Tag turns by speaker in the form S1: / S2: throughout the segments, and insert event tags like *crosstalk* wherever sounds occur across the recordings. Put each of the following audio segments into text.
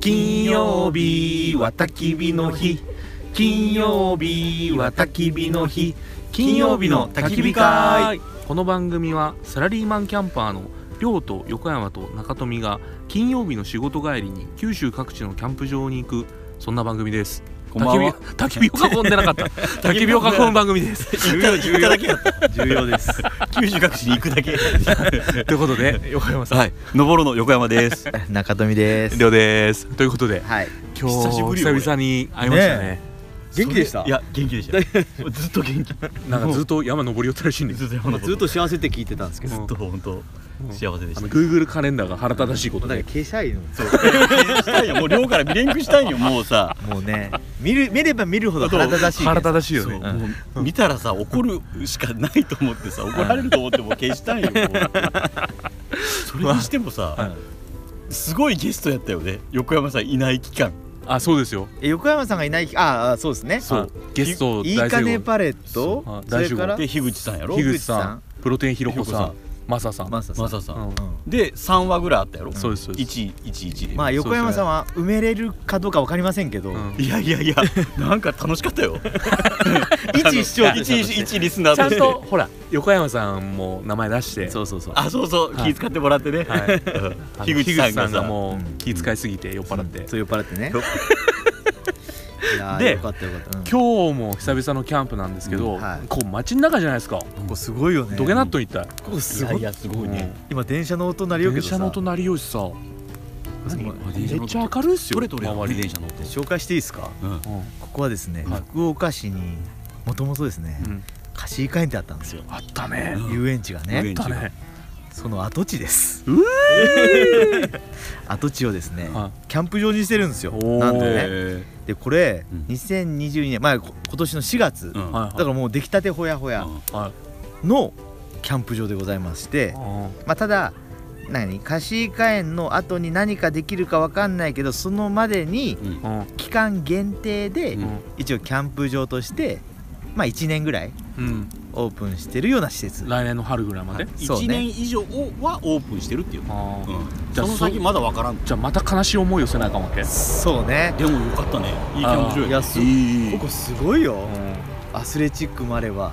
S1: 金曜日は焚き火の日金曜日は焚き火の日金曜日の焚き火会
S2: この番組はサラリーマンキャンパーの亮と横山と中富が金曜日の仕事帰りに九州各地のキャンプ場に行くそんな番組です
S1: こんばんは
S2: 焚き火焚き火を囲んでなかった
S1: *laughs*
S2: 焚き火を囲む番組です
S1: 重要重要だけ重要です九州各地に行くだけ
S2: ということで横山さん、
S3: *laughs* はい、登るの横山です。
S4: *laughs* 中富です。
S2: 亮ですということで
S4: はい。
S2: 今日
S1: 久しぶりよ
S2: 久々に会いましたね
S4: 元気でした
S1: いや元気でした
S3: ずっと元気。
S2: なんかずっと山登り寄ったらしいんです
S3: ずっと山
S4: ずっ
S3: 登
S4: と幸せって聞いてたんですけ
S3: り。
S4: ど、
S3: ずっと本当幸せで
S2: あ
S3: し
S2: の
S3: た。
S2: Google カレンダーが腹立たしいこと
S4: なん
S2: で
S4: か傾斜員の
S3: したいよもう寮からリンクしたいよもうさ。
S4: *laughs* もうね、見る見れば見るほど腹立たしい。
S2: 腹立たしいよ
S3: そう
S2: ね
S3: もう見たらさ怒るしかないと思ってさ怒られると思ってもう消したいよ。もうそれにしてもさすごいゲストやったよね横山さんいない期間。
S2: あそうですよ
S4: え横山さんがいない。ああそうですね。
S2: そうゲスト
S4: いい
S2: 大
S4: か
S2: 成
S4: ね
S2: 功
S4: パレット
S2: そうあ。
S4: それ
S2: 大集合
S4: から
S3: で樋口さんやろ。
S2: 樋
S4: 樋
S2: 口
S4: 口
S2: さ
S4: さ
S2: ん
S4: ん、
S2: プロテインひろこさ
S3: ひろ
S2: ん
S3: こ、
S2: マサさん、
S4: マサさん。
S3: マサさ。
S2: うんん
S4: うん
S3: で3話ぐらいあったやろ。
S2: そうですそうです。
S3: 一一一で。
S4: まあ横山さんは埋めれるかどうかわかりませんけど、
S2: うん
S3: いやいやいやなんか楽しかったよ。
S4: *laughs* 一視聴者
S3: *laughs*
S4: と
S3: 一
S4: して
S3: 一リスナ
S2: *laughs*
S3: ー
S2: ちゃ
S3: と
S2: ん
S3: して。
S2: とほら横山さんも名前出して、
S4: そうそうそう。
S3: あそうそう、
S2: はい
S3: 気遣ってもらってね、 *laughs*
S2: はい
S3: うん
S2: あの
S3: 樋口さんがさ
S2: も
S4: う
S2: うん気遣いすぎて酔っ払って、
S4: そう酔っ払ってね。 *laughs* いや
S3: で
S4: ーよかったよかった。うん
S2: 今日も久々のキャンプなんですけど、
S4: うんはい
S2: こう街の中じゃないですか。
S4: ここすごいよね。
S2: どげなっといった。
S4: ここすご
S3: い
S4: い。
S3: やすごいね、
S4: 今電車の音鳴り
S2: うん
S4: よけ
S2: 電
S4: どさ。
S2: 車の隣よしさ、
S4: 何
S2: めっちゃ明るいっすよ。
S3: どれどれ
S2: 周り
S3: 電車乗って
S4: 紹介していいですか。
S3: うん
S2: うん
S4: ここはですね、
S2: はい
S4: 福岡市にもともとですね、
S2: うん
S4: 貸し会ってあったんですよ
S2: あったね。
S3: うん
S4: 遊園地が
S3: 遊
S4: ね
S3: 園
S2: あったね。
S4: その跡地です
S2: う
S4: *laughs* 跡地をですね
S2: は
S4: キャンプ場にしてるんですよ
S2: おー
S4: なんでね
S3: え
S4: でこれ
S3: うん
S4: 2022年まあこ今年の4月
S3: ーうん
S2: はい
S4: だからもう出来たてほやほや
S3: うん
S2: はい。
S4: のキャンプ場でございましてまあただ何貸し会園の後に何かできるかわかんないけどそのまでに
S3: うん
S2: うん
S4: 期間限定で
S3: うん
S4: 一応キャンプ場としてまあ1年ぐらい
S2: うん。
S4: オープンしてるような施設
S2: 来年の春ぐらいまで。
S4: はいそうね
S3: 一年以上はオープンしてるっていう、
S2: あ
S3: う
S2: ー
S3: ん、
S2: じゃあ
S3: その先
S2: そ
S3: まだわからん
S2: じゃあまた悲しい思いをせなあかんわけ。
S4: そうね
S3: でもよかったねいいキャンプ場
S4: いや
S3: す
S4: す
S3: いい
S4: ここすごいよ
S2: う
S4: アスレチックもあれば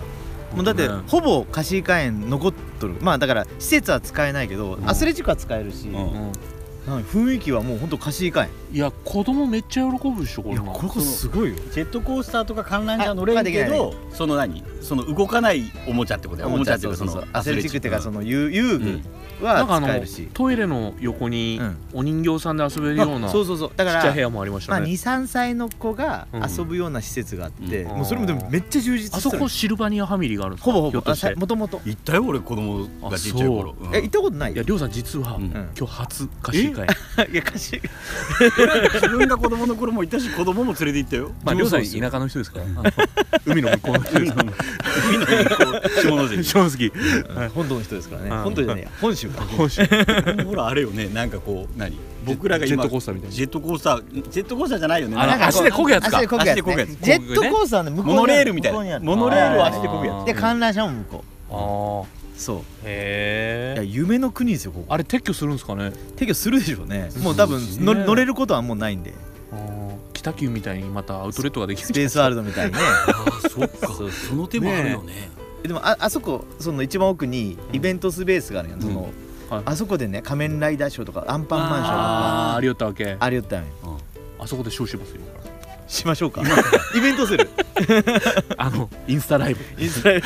S2: ん
S4: もうだって
S2: うん
S4: ほぼ貸し会園残っとるまあだから施設は使えないけど
S2: ん
S4: アスレチックは使えるし
S3: うん
S2: うん
S4: なんか雰囲気はもうほんと貸し会
S2: いや子供めっちゃ喜ぶでしょこ
S4: 園
S2: れ
S4: いや
S2: な
S4: これこそすごいよ
S3: ジェットコースターとか観覧車乗れんけ
S4: あまだ
S3: どその何その動かないおもちゃってことやおもちゃっていうかそ
S4: そう
S3: の
S4: そうそうアスレチックっていうかその遊
S3: う
S4: 遊
S3: ん
S4: 具
S2: なんかあ
S4: は使え
S2: の
S4: るし
S2: トイレの横に
S4: うん
S2: お人形さんで遊べるようなち
S4: あ *laughs* そ
S2: っ
S4: うそうそうだ
S2: ち
S4: か
S2: ゃい部
S4: ら
S2: 屋もありまし
S4: ま
S2: た
S4: あ
S2: ね
S4: 23歳の子が
S2: うん
S4: 遊ぶような施設があって
S3: うん
S4: もうそれもでもめっちゃ充実
S2: あ
S4: し
S2: そ
S4: てる
S2: こシルバニアファミリーがあるんですか
S4: ほぼほ
S2: ひょっ
S4: ぼ
S2: と
S4: あ
S2: して
S4: さもともと
S3: 行ったよ俺子供がちっちゃい頃うん
S4: え行ったことない
S2: いやりょうさん実は
S3: うん
S2: 今
S4: うん
S2: 日初貸し会
S4: いや貸し
S3: *laughs* 自分が子供の頃も行ったし子供も連れて行ったよ
S2: まありょうさん
S3: 上手ですよ
S2: 田舎の人ですからあ
S4: *laughs*
S2: の海の向こうの人ですから
S3: 海の向こう下
S2: *laughs*
S3: 関
S2: 正直
S4: うん本土の人ですからね
S2: うん
S4: 本土じゃないや本州か
S2: 本州ジェ
S3: ほらあれよねなんかこう何僕らが今
S2: ットコースターみたいな
S3: ジェットコースタージェットコースターじゃないよね
S2: あ
S3: なんか
S4: こう
S2: 足で漕ぐやつか
S4: 足で漕ぐやつ
S3: 足で漕ぐやつ
S4: ねジェットコースターの向こうに
S3: モノレールみたい
S4: 向こうにあ
S3: な
S4: る
S3: モノレールを足でこぐや
S2: あー
S4: で観覧車も向こ
S2: ああ
S4: うそういや
S2: へえ
S4: 夢の国ですよここ
S2: あれ撤去するんですかね
S4: 撤去するでしょうね
S2: そう
S4: もう多分
S2: そう
S4: 乗
S2: ね
S4: 乗れることはもうないんで
S2: あー北急みたいにまたアウトレットができる
S4: スペースワールドみたいにね *laughs*
S3: つあーそっかその手もあるよね
S4: でもああそこその一番奥にイベントスペースがあるやんその、
S2: うんはい
S4: あそこでね仮面ライダーショーとかアンパンマンショーとか
S2: ああありよったわけ
S4: ありよったんよ
S2: あそこでショーしますよ今か
S4: しましょうかイベントする
S2: らあのインスタライブ
S4: *laughs* イスラエル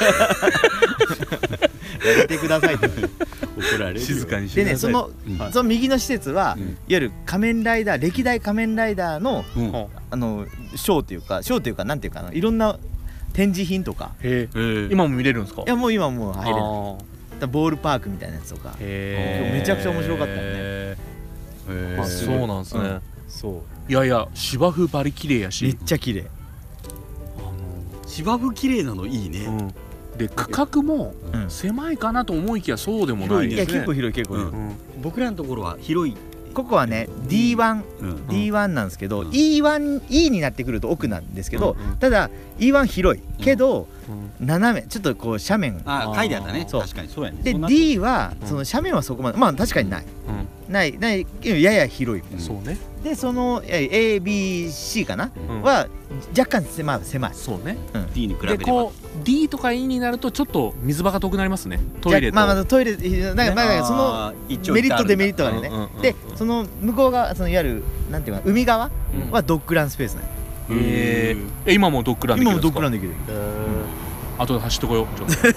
S4: *laughs* やってくださいと
S3: 怒られるよ
S2: 静かにして
S4: で
S2: く
S4: ね
S2: だ
S4: そ
S2: さい
S4: の
S3: うん
S4: その右の施設は、
S3: うん
S4: いわゆる仮面ライダー歴代仮面ライダーの
S3: うんへ
S2: は
S4: あのショーというかショーというかなんていうかないろんな展示品とか
S2: へえ
S3: え
S2: 今も見れるんですか
S4: いやもう今もう入れない
S2: あー
S4: だからボールパークみたいなやつとか
S2: へえ
S4: めちゃくちゃ面白かったよね
S2: ね
S3: へー
S2: あそうなんですね、
S4: うんそ
S2: いやいや芝生バリ綺麗や
S4: うめっ
S2: し、
S4: ちゃ綺麗
S3: 芝生綺麗なのいいね
S2: うん、で区画も
S4: うん
S2: 狭いかなと思いきやそうでもない
S4: い
S2: で
S4: や
S2: すね
S4: 結構広い結構広
S3: う
S4: い、
S2: うん
S3: 僕らのところは広い
S4: ここはね D1D1
S3: うん
S2: ん
S4: なんですけど、
S3: うん
S4: E1E になってくると奥なんですけど、
S2: うんうん
S4: ただ E1 広いけ
S2: う
S4: ど、
S2: ん
S4: 斜めちょっとこう斜面
S3: あ書いてあったね
S4: そう
S3: 確かにそうやね
S4: で
S3: そんな
S4: D は
S2: うん
S4: その斜面はそこまでまあ確かにない、
S2: うん
S4: ないないやや広い
S3: うん
S2: そうね
S4: でその ABC かな、
S2: うん
S4: は若干狭い狭い
S2: そうね
S3: D に比べ
S2: で
S3: れば
S2: こう D とか E になるとちょっと水場が遠くなりますねトイレと
S4: まあまあトイレなんか、まあなんかその
S3: の
S4: メリットデメリットがあるね、
S2: うんうんうんうん
S4: でその向こう側そのいわゆるなんていうか海側
S2: うん
S4: はドッグランスペースなんよ
S2: えーえ今もドッグランでき
S4: 今
S2: る
S4: も
S2: ん
S4: ド
S2: で
S4: ッ
S2: す
S4: グラ
S2: か
S4: ンできる
S2: あとで走ってこようちょっ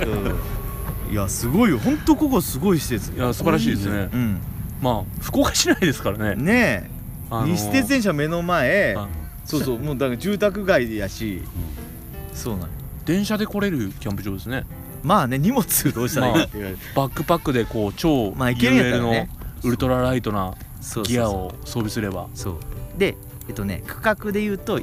S2: と
S4: *laughs* いやすごいよ本当ここすご *laughs* い施設
S2: いや素晴らしいですね
S4: うん
S2: まあ福岡市内ですからね
S4: ねえ、
S2: あのー
S4: 西鉄電車目の前
S2: あ
S4: そうそうもうだから住宅街やし、そうなの
S2: 電車で来れるキャンプ場ですね
S4: まあね荷物どうしたらいいかって言われて、
S2: バックパックでこう超
S4: まあいけるんやっ
S2: UL
S4: たら
S2: の
S4: ね
S2: ウルトラライトな
S4: そうそうそう
S2: ギアを装備すれば
S4: そうでえっとね区画で言うと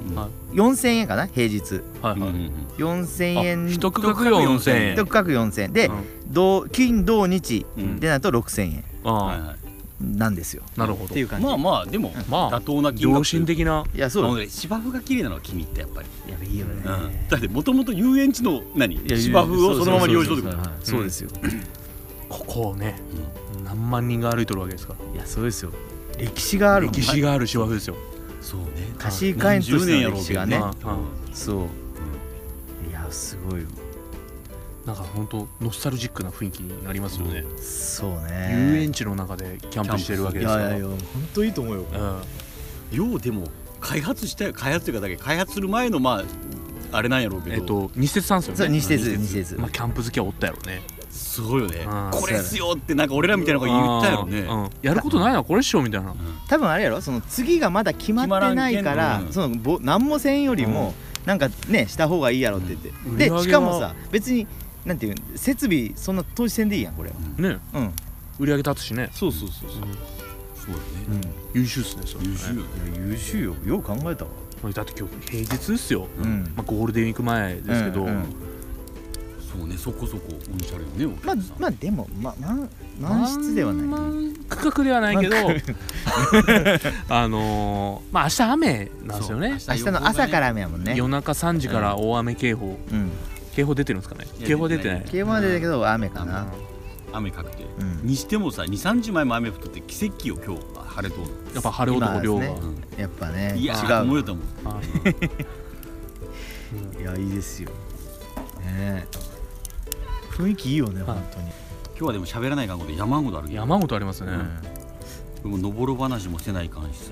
S4: 4000円かな平日
S2: はいはい
S4: 4000円
S2: あ一区画
S4: と
S2: 4000円
S4: 一区画4000円で、同金土日
S3: うん
S4: でなると6000
S2: あ
S4: 円なんですよ、
S2: あなるほ
S4: っ
S2: ど
S4: ていう感じ
S3: まあまあでも
S2: まあ
S3: 妥当な金額
S2: 良心的ない
S4: やそ
S3: そううね芝生が綺麗なのは君ってやっぱり
S4: いやいいよね、
S3: だってもともと遊園地の何
S4: いや
S3: 芝生をそのまま利用しとる
S4: そうそうそうそうそうですよ、
S2: ここをね何万人が歩いとるわけですから
S4: いやそうですよ歴史があるもん
S2: 歴史がある芝生ですよ
S3: そうね
S4: 貸し会員としての歴史がね
S2: 何十年やろうけどね
S4: そういやすごいよ
S2: なんか本当ノスタルジックな雰囲気になりますよね
S4: そうね
S2: 遊園地の中でキャンプしてるわけ
S4: い
S2: です
S4: や
S2: か
S4: い
S2: ら
S4: やいや本当いいと思うよ
S2: うん
S3: ようでも開発した開発というかだけ開発する前のまああれなんやろうけど
S2: えっと日鉄さんですよね
S4: そう西鉄
S3: うん
S4: 西鉄
S2: まあキャンプ好きはおったやろね
S3: すごいよね
S2: うん
S3: これっすよってなんか俺らみたいな子が言ったやろね
S2: あーうんやることないなこれっしょみたいな
S4: 多分あれやろその次がまだ決まってないか
S3: 決まら
S4: ら
S3: んけんうん
S4: そのぼ何もせんよりもなんかねした方がいいやろって言って
S2: うん売り上げ
S4: で
S2: は
S4: しかもさ別になんていうん設備そんな投資せんでいいやんこれは
S2: ね
S4: うん
S2: 売り上げ立つしね
S3: そうそうそうそう
S2: うん
S3: そうよね
S2: 優秀っすねそれね
S3: 優秀よね
S4: 優秀よよう考えたわ
S2: だって今日平日っすよ
S4: うん
S2: まあゴールデンウィーク前ですけど
S4: うんうん
S3: そうねそこそこおしゃれよねお客
S4: まあ
S3: さん
S4: まあでもま満満室ではない
S2: い区画ではないけど *laughs* あのーまあ明日雨なんですよね
S4: 明日の朝から雨やもんね
S2: 夜中3時から大雨警報
S4: うん
S2: 警報出てるんですかね
S3: いや
S2: 警報出てない
S3: 出て
S4: 慶応までだけど雨かな
S3: 雨確定
S4: うん
S3: にしてもさ23時前も雨降っとって奇跡を今日は晴れとる
S2: やっぱ晴れ男量が、
S4: 今ですやっぱね
S3: い
S4: 違
S3: や
S4: う
S3: ー思えたもん
S2: あ
S4: いやいいですよねえ雰囲気いいよ
S2: は
S4: ね
S2: い
S4: 本当に
S3: 今日はでも喋らないかんこと山ほどあるけど
S2: 山ほどありますね、
S3: でも登る話もせないかんしさ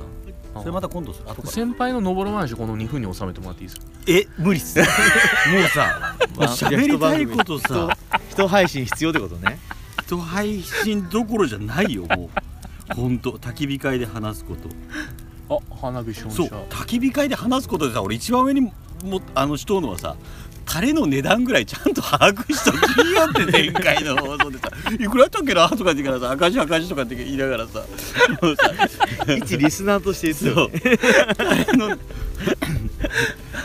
S2: あ
S3: それまた今度さ後から
S2: 先輩の登る話この2分に収めてもらっていいですか
S3: え無理っすもうさもう喋りたいことさ
S4: 人配信必要ってことね
S3: 人配信どころじゃないよもう本当焚き火会で話すこと
S2: あ花火照
S3: そう
S2: 射
S3: 焚き火会で話すことでさ俺一番上にもあのしとうのはさタレの値段ぐらいちゃんと把握しときよって前回の放送で
S2: *laughs*
S3: さ「いくらやったっけな?」とかって言うからさ「赤字赤字」とかって言いなが
S2: *laughs*
S3: らさもうさ
S4: *laughs* 一リスナーとして
S3: そうタレのま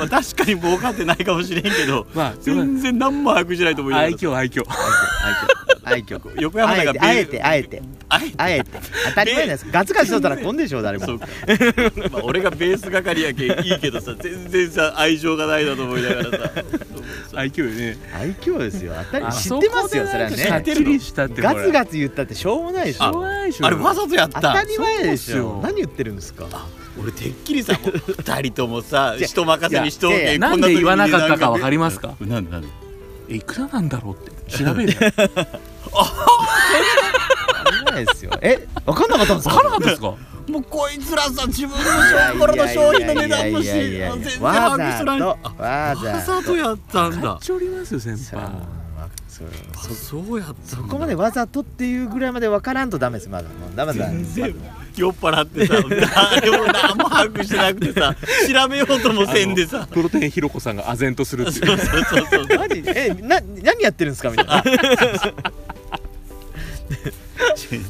S3: あ確かに儲かってないかもしれんけど
S2: まあ
S3: 全然何も把握しないと思いながら
S2: 愛
S3: さ
S2: 嬌愛嬌
S4: 愛嬌
S3: 横
S4: あ
S3: 山
S4: え
S3: が
S4: てあえてあえて
S3: あえて
S4: あえて当たり前じゃないですかガツガツしとったらこんでしょ誰も
S3: そうか、まあ、俺がベース係やけんいいけどさ全然さ愛情がないなと思いながらさ
S2: 愛嬌よね
S4: 愛嬌ですよ当たり
S2: あ
S4: 知ってますよ
S2: こで
S4: それ
S2: なん
S4: は
S2: か
S3: 知
S2: はっ
S4: ね
S2: きりしたって
S4: ガツ
S2: ツ
S4: ガツ言ったってしょうもないでし
S2: あ
S4: ょ
S3: あれわざとやっ
S4: 当
S3: た
S4: たり前でし
S2: そうですよ
S4: ょ何言ってるんですか
S3: 俺てっきりさもう2人ともさ
S4: いや
S3: 人任せにしとう
S4: いやい
S3: け
S4: や
S2: なんで言わなかったかわかりますか
S3: なんでなんで
S2: えいくらなんだろうって調べるやん
S4: 当たり前ですよえ分かんなかったんです
S2: 分
S4: か
S2: からなかったですか
S3: もうこいつらさ自分の小頃の商品の値段のし
S4: いやいやいやいやいや
S3: 全然把
S4: わ
S3: 握し
S4: ざ
S3: とらん
S4: と
S3: あ
S4: わ
S3: わ
S4: ざ
S3: ざとやったんだ
S2: 一応りますよ先
S4: それはも
S2: 輩
S4: うわそう
S3: あそうやったんだ
S4: そこまでわざとっていうぐらいまで分からんとダメですまだもうダメだ
S3: 全然酔っ払ってさ誰も何も把握してなくてさ調べようともせんでさ
S2: プロテインひろこさんが唖然とするっていう
S3: そうそうそうそう
S4: マジえな何やってるんですかみたいな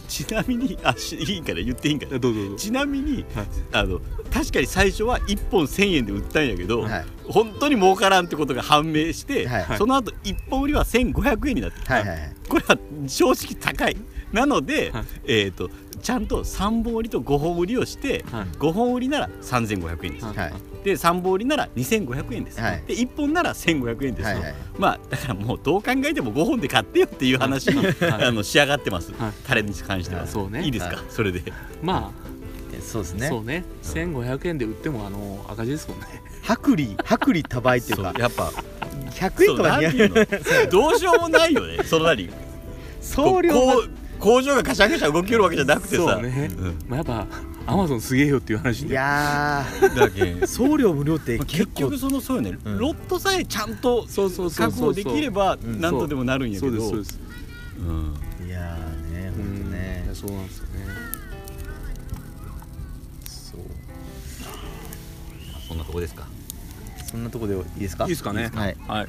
S3: ちちなみにあしいいから言っていいんかな
S2: どうぞどうぞ
S3: ちなみにあの確かに最初は1本1,000円で売ったんやけど、
S4: はい
S3: 本当に儲からんってことが判明して、
S4: はい
S3: その後1本売りは1,500円になってる、
S4: はいはいはい
S3: これは正直高いなので、
S2: はい
S3: えっ、とちゃんと3本売りと5本売りをして、
S2: はい
S3: 5本売りなら3500円です、
S2: はい
S4: はい
S3: で3本売りなら2500円です、
S4: はい
S3: で1本なら1500円ですと、
S4: はいはい
S3: まあだからもうどう考えても5本で買ってよっていう話に、
S2: はい
S3: あの仕上がってます、
S2: はい
S3: タレに関しては、
S2: はいそうね
S3: いいですか、
S4: は
S3: それで
S2: ま
S4: そうです
S2: あ、
S4: ね
S2: そうね1500円で売ってもあの赤字ですもんね
S4: 薄利薄利多売っていう
S3: そう
S4: か
S3: やっぱ
S4: 100円とか
S3: そうなんていうのどうしようもないよねそのなり
S4: 送料が
S3: こう工場がガシャガシャ動きよるわけじゃなくてさ
S2: そうね
S3: うん
S2: まあ、やっぱアマゾンすげえよっていう話
S4: い
S2: で
S4: や
S3: だけん
S4: ー送料無料って
S3: まあ
S4: 結
S3: *laughs* 結
S4: 構
S3: 局そのそうよね、
S4: うん
S3: ロットさえちゃんと
S2: そうそうそう
S3: 確
S2: そ
S3: 保
S2: う
S3: できれば
S4: ん
S3: なんとでもなるんや
S2: そう
S3: け
S2: で
S3: ど
S2: すそうです
S3: うん
S4: いやーねほんと
S2: う
S4: ね
S2: んいやそうなんですよね
S4: そう
S3: そんなとこですか
S4: そんなとこでいいですか
S2: いいですかね
S4: はい
S2: はい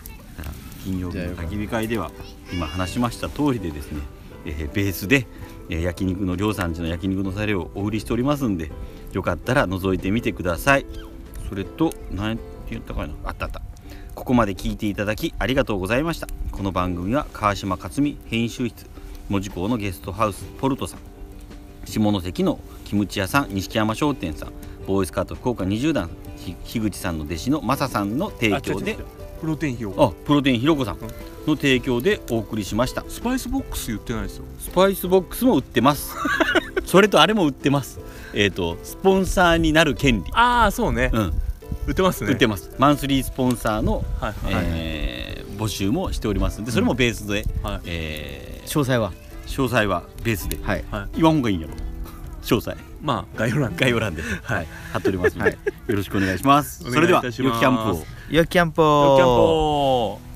S3: 金曜日
S4: じゃあ
S3: の焚き火会では今話しました通りでですね、えーベースで、えー焼肉の量産地の焼肉のタレをお売りしておりますんでよかったら覗いてみてくださいそれと何て言ったかいなあったあったここまで聞いていただきありがとうございましたこの番組は川島克美編集室門司港のゲストハウスポルトさん下関のキムチ屋さん錦山商店さんボーイスカート福岡20段ひ樋口さんの弟子のマサさんの提供で
S2: あ違う違う違うプロテイン費用
S3: あプロテインひろこさんの提供でお送りしました
S2: スパイスボックス言ってないですよ
S3: スパイスボックスも売ってます *laughs* それとあれも売ってますえっ、とスポンサーになる権利
S2: ああそうね、
S3: うん
S2: 売ってますね
S3: 売ってますマンスリースポンサーの、
S2: はいはい、
S3: えー募集もしておりますんでそれもベースで、
S2: はい
S3: えー
S4: 詳細は
S3: 詳細はベースで、
S4: はい
S3: 言わんほうがいいんやろ詳細
S2: まあ概要欄
S3: 概要欄で、はい、貼っておりますので、よろしくお願いします
S2: お願い
S3: それではい
S2: たし
S3: 良き
S2: ます
S3: キャンプを
S4: よっキャンポ
S2: キ
S4: ー
S2: ャンポー